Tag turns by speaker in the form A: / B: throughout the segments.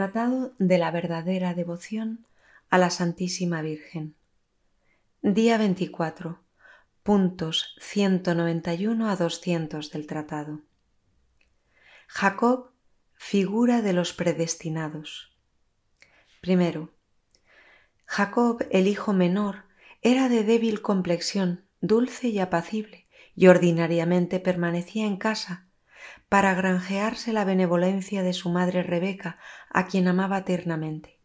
A: Tratado de la verdadera devoción a la Santísima Virgen. Día 24. Puntos 191 a 200 del tratado. Jacob, figura de los predestinados. Primero. Jacob, el hijo menor, era de débil complexión, dulce y apacible, y ordinariamente permanecía en casa, para granjearse la benevolencia de su madre Rebeca, a quien amaba tiernamente.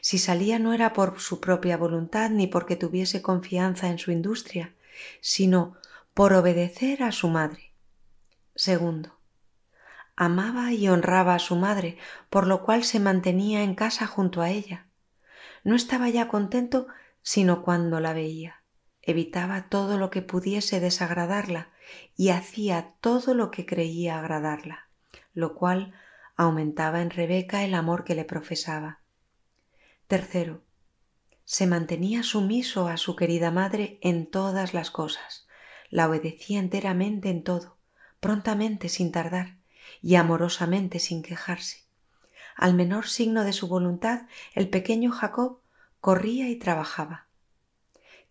A: Si salía no era por su propia voluntad ni porque tuviese confianza en su industria, sino por obedecer a su madre. Segundo, amaba y honraba a su madre, por lo cual se mantenía en casa junto a ella. No estaba ya contento sino cuando la veía. Evitaba todo lo que pudiese desagradarla y hacía todo lo que creía agradarla, lo cual aumentaba en Rebeca el amor que le profesaba. Tercero, se mantenía sumiso a su querida madre en todas las cosas, la obedecía enteramente en todo, prontamente sin tardar y amorosamente sin quejarse. Al menor signo de su voluntad, el pequeño Jacob corría y trabajaba.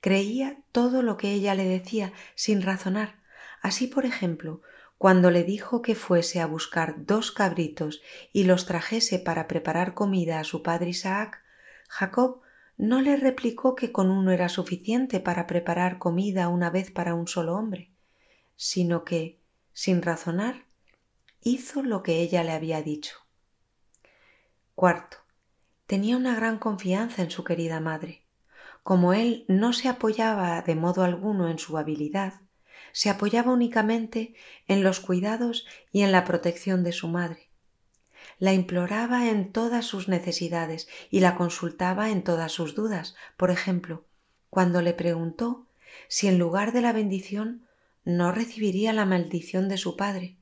A: Creía todo lo que ella le decía sin razonar, Así, por ejemplo, cuando le dijo que fuese a buscar dos cabritos y los trajese para preparar comida a su padre Isaac, Jacob no le replicó que con uno era suficiente para preparar comida una vez para un solo hombre, sino que, sin razonar, hizo lo que ella le había dicho. Cuarto, tenía una gran confianza en su querida madre. Como él no se apoyaba de modo alguno en su habilidad, se apoyaba únicamente en los cuidados y en la protección de su madre. La imploraba en todas sus necesidades y la consultaba en todas sus dudas. Por ejemplo, cuando le preguntó si en lugar de la bendición no recibiría la maldición de su padre,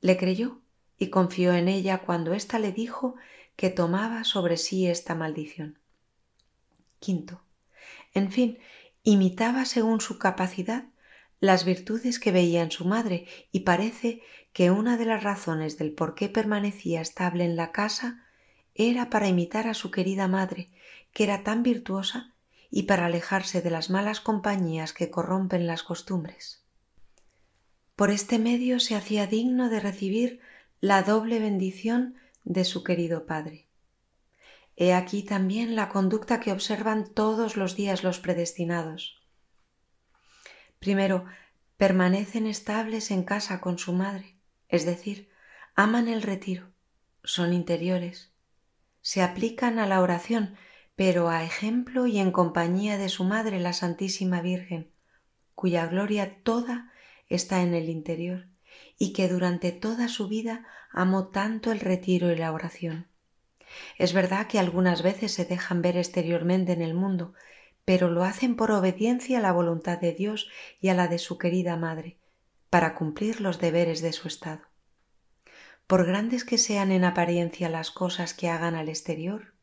A: le creyó y confió en ella cuando ésta le dijo que tomaba sobre sí esta maldición. Quinto. En fin, imitaba según su capacidad las virtudes que veía en su madre y parece que una de las razones del por qué permanecía estable en la casa era para imitar a su querida madre, que era tan virtuosa, y para alejarse de las malas compañías que corrompen las costumbres. Por este medio se hacía digno de recibir la doble bendición de su querido padre. He aquí también la conducta que observan todos los días los predestinados. Primero, permanecen estables en casa con su madre, es decir, aman el retiro, son interiores, se aplican a la oración, pero a ejemplo y en compañía de su madre, la Santísima Virgen, cuya gloria toda está en el interior y que durante toda su vida amó tanto el retiro y la oración. Es verdad que algunas veces se dejan ver exteriormente en el mundo, pero lo hacen por obediencia a la voluntad de Dios y a la de su querida madre, para cumplir los deberes de su estado. Por grandes que sean en apariencia las cosas que hagan al exterior,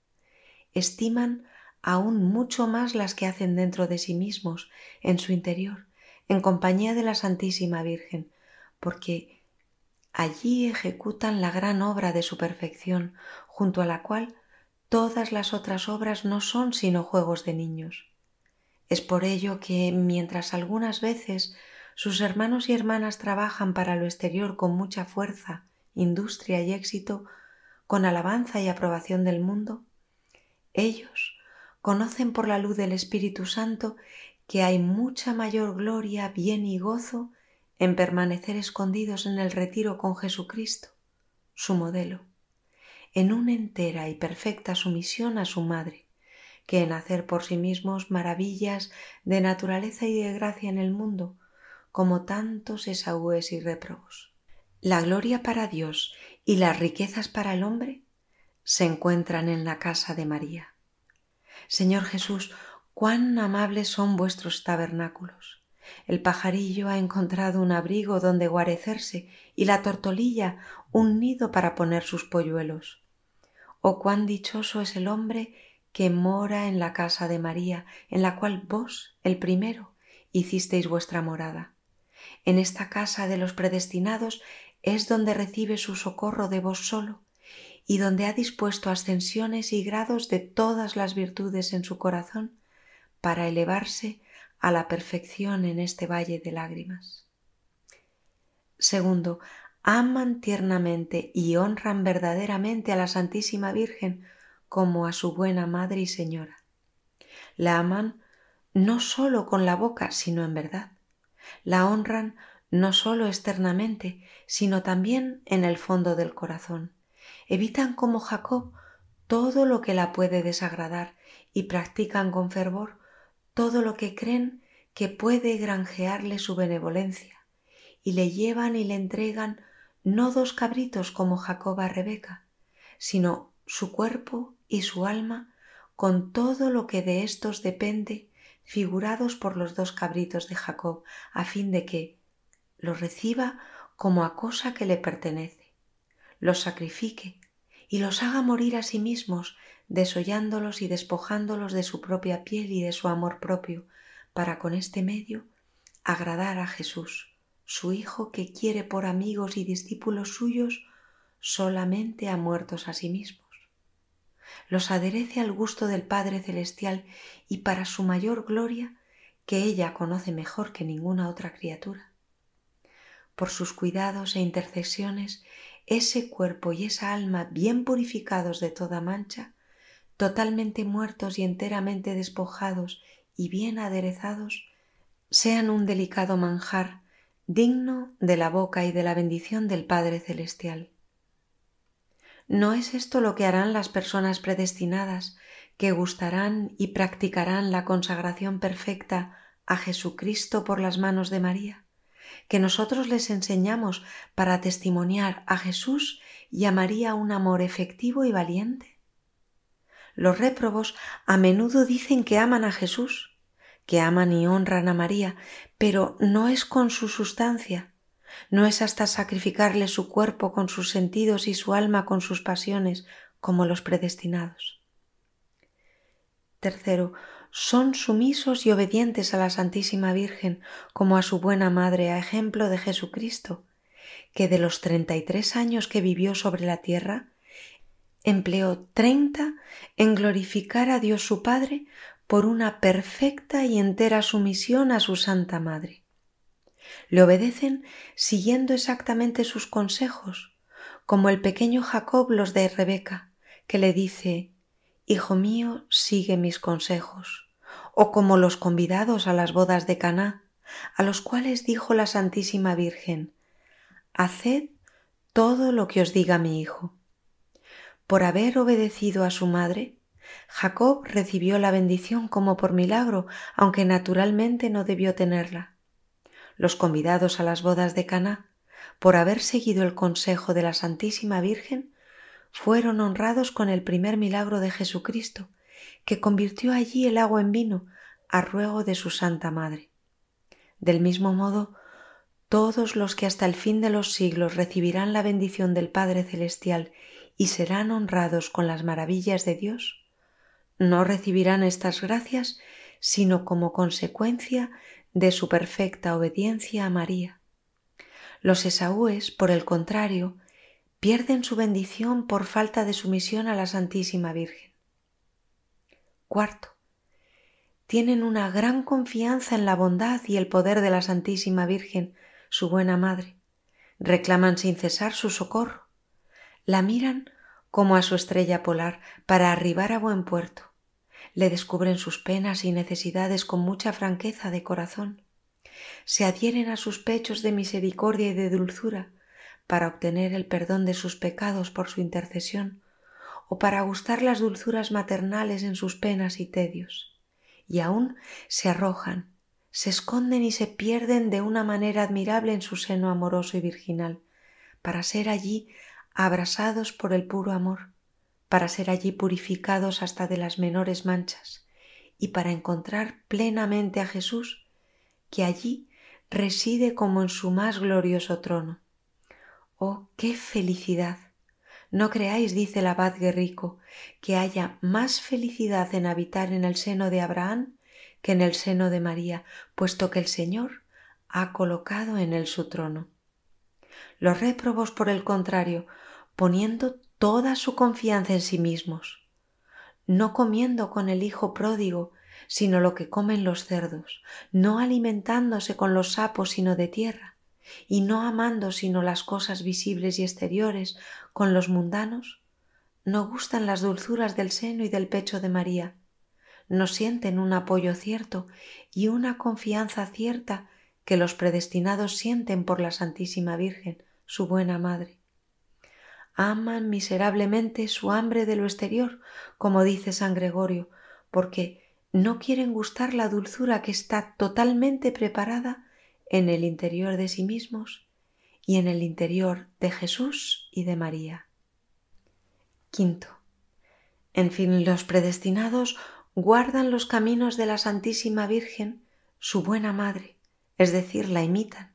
A: estiman aún mucho más las que hacen dentro de sí mismos, en su interior, en compañía de la Santísima Virgen, porque allí ejecutan la gran obra de su perfección, junto a la cual todas las otras obras no son sino juegos de niños. Es por ello que, mientras algunas veces sus hermanos y hermanas trabajan para lo exterior con mucha fuerza, industria y éxito, con alabanza y aprobación del mundo, ellos conocen por la luz del Espíritu Santo que hay mucha mayor gloria, bien y gozo en permanecer escondidos en el retiro con Jesucristo, su modelo, en una entera y perfecta sumisión a su madre, que en hacer por sí mismos maravillas de naturaleza y de gracia en el mundo, como tantos esaúes y réprobos. La gloria para Dios y las riquezas para el hombre se encuentran en la casa de María. Señor Jesús, cuán amables son vuestros tabernáculos. El pajarillo ha encontrado un abrigo donde guarecerse y la tortolilla un nido para poner sus polluelos. Oh cuán dichoso es el hombre que mora en la casa de María, en la cual vos, el primero, hicisteis vuestra morada. En esta casa de los predestinados es donde recibe su socorro de vos solo, y donde ha dispuesto ascensiones y grados de todas las virtudes en su corazón para elevarse a la perfección en este valle de lágrimas. Segundo, aman tiernamente y honran verdaderamente a la Santísima Virgen como a su buena Madre y Señora. La aman no sólo con la boca, sino en verdad. La honran no sólo externamente, sino también en el fondo del corazón. Evitan como Jacob todo lo que la puede desagradar y practican con fervor todo lo que creen que puede granjearle su benevolencia, y le llevan y le entregan no dos cabritos como Jacob a Rebeca, sino su cuerpo y su alma con todo lo que de éstos depende, figurados por los dos cabritos de Jacob, a fin de que lo reciba como a cosa que le pertenece, los sacrifique y los haga morir a sí mismos, desollándolos y despojándolos de su propia piel y de su amor propio, para con este medio agradar a Jesús, su Hijo que quiere por amigos y discípulos suyos solamente a muertos a sí mismos. Los aderece al gusto del Padre Celestial y para su mayor gloria, que ella conoce mejor que ninguna otra criatura. Por sus cuidados e intercesiones, ese cuerpo y esa alma bien purificados de toda mancha, totalmente muertos y enteramente despojados y bien aderezados, sean un delicado manjar digno de la boca y de la bendición del Padre Celestial. ¿No es esto lo que harán las personas predestinadas que gustarán y practicarán la consagración perfecta a Jesucristo por las manos de María? que nosotros les enseñamos para testimoniar a Jesús y a María un amor efectivo y valiente? Los réprobos a menudo dicen que aman a Jesús, que aman y honran a María, pero no es con su sustancia, no es hasta sacrificarle su cuerpo con sus sentidos y su alma con sus pasiones, como los predestinados. Tercero, son sumisos y obedientes a la Santísima Virgen, como a su buena madre, a ejemplo de Jesucristo, que de los treinta y tres años que vivió sobre la tierra, empleó treinta en glorificar a Dios su Padre por una perfecta y entera sumisión a su Santa Madre. Le obedecen siguiendo exactamente sus consejos, como el pequeño Jacob los de Rebeca, que le dice Hijo mío, sigue mis consejos, o como los convidados a las bodas de Caná, a los cuales dijo la Santísima Virgen, Haced todo lo que os diga mi hijo. Por haber obedecido a su madre, Jacob recibió la bendición como por milagro, aunque naturalmente no debió tenerla. Los convidados a las bodas de Caná, por haber seguido el consejo de la Santísima Virgen, fueron honrados con el primer milagro de Jesucristo, que convirtió allí el agua en vino a ruego de su Santa Madre. Del mismo modo, todos los que hasta el fin de los siglos recibirán la bendición del Padre Celestial y serán honrados con las maravillas de Dios, no recibirán estas gracias sino como consecuencia de su perfecta obediencia a María. Los esaúes, por el contrario, pierden su bendición por falta de sumisión a la Santísima Virgen. Cuarto, tienen una gran confianza en la bondad y el poder de la Santísima Virgen, su buena madre. Reclaman sin cesar su socorro. La miran como a su estrella polar para arribar a buen puerto. Le descubren sus penas y necesidades con mucha franqueza de corazón. Se adhieren a sus pechos de misericordia y de dulzura, para obtener el perdón de sus pecados por su intercesión, o para gustar las dulzuras maternales en sus penas y tedios. Y aún se arrojan, se esconden y se pierden de una manera admirable en su seno amoroso y virginal, para ser allí abrasados por el puro amor, para ser allí purificados hasta de las menores manchas, y para encontrar plenamente a Jesús, que allí reside como en su más glorioso trono. ¡Oh, qué felicidad! No creáis, dice el abad Guerrico, que haya más felicidad en habitar en el seno de Abraham que en el seno de María, puesto que el Señor ha colocado en él su trono. Los réprobos, por el contrario, poniendo toda su confianza en sí mismos, no comiendo con el hijo pródigo, sino lo que comen los cerdos, no alimentándose con los sapos, sino de tierra, y no amando sino las cosas visibles y exteriores con los mundanos, no gustan las dulzuras del seno y del pecho de María, no sienten un apoyo cierto y una confianza cierta que los predestinados sienten por la Santísima Virgen, su buena Madre. Aman miserablemente su hambre de lo exterior, como dice San Gregorio, porque no quieren gustar la dulzura que está totalmente preparada en el interior de sí mismos y en el interior de Jesús y de María. Quinto. En fin, los predestinados guardan los caminos de la Santísima Virgen, su buena Madre, es decir, la imitan,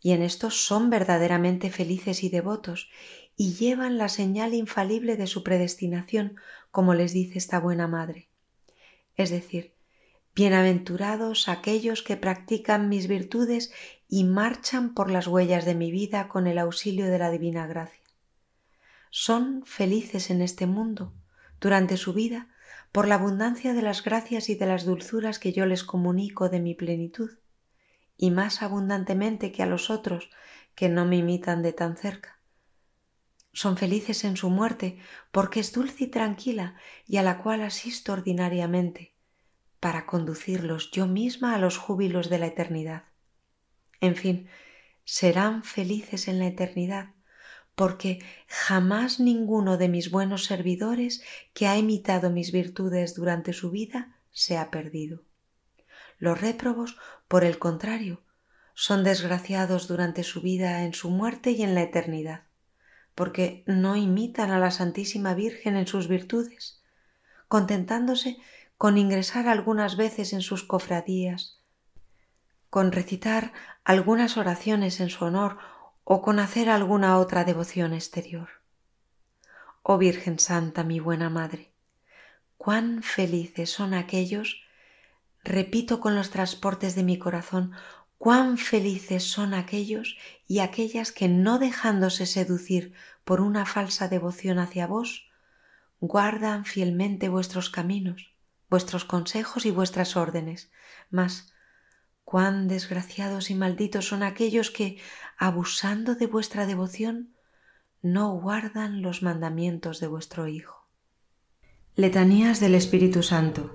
A: y en estos son verdaderamente felices y devotos, y llevan la señal infalible de su predestinación, como les dice esta buena Madre. Es decir, Bienaventurados aquellos que practican mis virtudes y marchan por las huellas de mi vida con el auxilio de la divina gracia. Son felices en este mundo, durante su vida, por la abundancia de las gracias y de las dulzuras que yo les comunico de mi plenitud, y más abundantemente que a los otros que no me imitan de tan cerca. Son felices en su muerte, porque es dulce y tranquila, y a la cual asisto ordinariamente para conducirlos yo misma a los júbilos de la eternidad. En fin, serán felices en la eternidad, porque jamás ninguno de mis buenos servidores que ha imitado mis virtudes durante su vida se ha perdido. Los réprobos, por el contrario, son desgraciados durante su vida, en su muerte y en la eternidad, porque no imitan a la Santísima Virgen en sus virtudes, contentándose con ingresar algunas veces en sus cofradías, con recitar algunas oraciones en su honor o con hacer alguna otra devoción exterior. Oh Virgen Santa, mi buena Madre, cuán felices son aquellos, repito con los transportes de mi corazón, cuán felices son aquellos y aquellas que no dejándose seducir por una falsa devoción hacia vos, guardan fielmente vuestros caminos, vuestros consejos y vuestras órdenes. Mas, cuán desgraciados y malditos son aquellos que, abusando de vuestra devoción, no guardan los mandamientos de vuestro Hijo. Letanías del Espíritu Santo.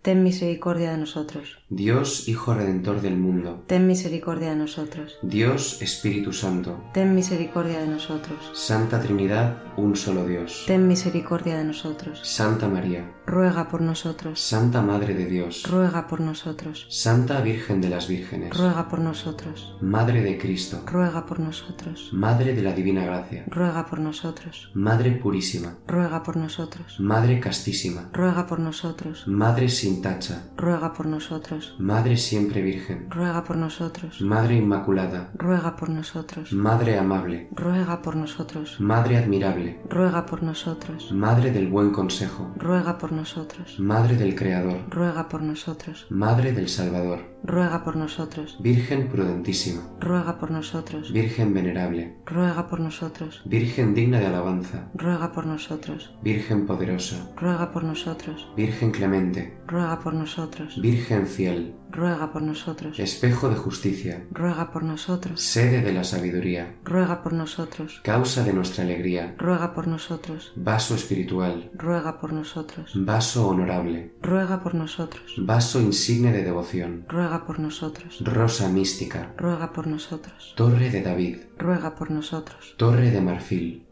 A: Ten misericordia de nosotros.
B: Dios Hijo Redentor del mundo,
A: Ten misericordia de nosotros.
B: Dios Espíritu Santo,
A: Ten misericordia de nosotros.
B: Santa Trinidad, un solo Dios.
A: Ten misericordia de nosotros.
B: Santa María,
A: Ruega por nosotros.
B: Santa Madre de Dios,
A: Ruega por nosotros.
B: Santa Virgen de las Vírgenes,
A: Ruega por nosotros.
B: Madre de Cristo,
A: Ruega por nosotros.
B: Madre de la Divina Gracia,
A: Ruega por nosotros.
B: Madre Purísima,
A: Ruega por nosotros.
B: Madre Castísima,
A: Ruega por nosotros.
B: Madre sin tacha,
A: Ruega por nosotros.
B: Madre siempre Virgen,
A: Ruega por nosotros.
B: Madre Inmaculada,
A: Ruega por nosotros.
B: Madre amable,
A: Ruega por nosotros.
B: Madre admirable,
A: Ruega por nosotros.
B: Madre del buen consejo,
A: Ruega por nosotros.
B: Madre del Creador,
A: Ruega por nosotros.
B: Madre del Salvador,
A: ruega por nosotros.
B: Virgen prudentísima,
A: Ruega por nosotros.
B: Virgen venerable,
A: Ruega por nosotros.
B: Virgen digna de alabanza,
A: Ruega por nosotros.
B: Virgen poderosa,
A: Ruega por nosotros.
B: Virgen clemente,
A: Ruega por nosotros.
B: Virgen fiel,
A: Ruega por nosotros.
B: espejo de justicia,
A: Ruega por nosotros.
B: sede de la sabiduría,
A: Ruega por nosotros.
B: causa de nuestra alegría,
A: Ruega por nosotros.
B: vaso espiritual,
A: Ruega por nosotros.
B: vaso honorable,
A: Ruega por nosotros.
B: vaso insigne de devoción,
A: Ruega por nosotros.
B: rosa mística,
A: Ruega por nosotros.
B: torre de David,
A: Ruega por nosotros.
B: torre de marfil,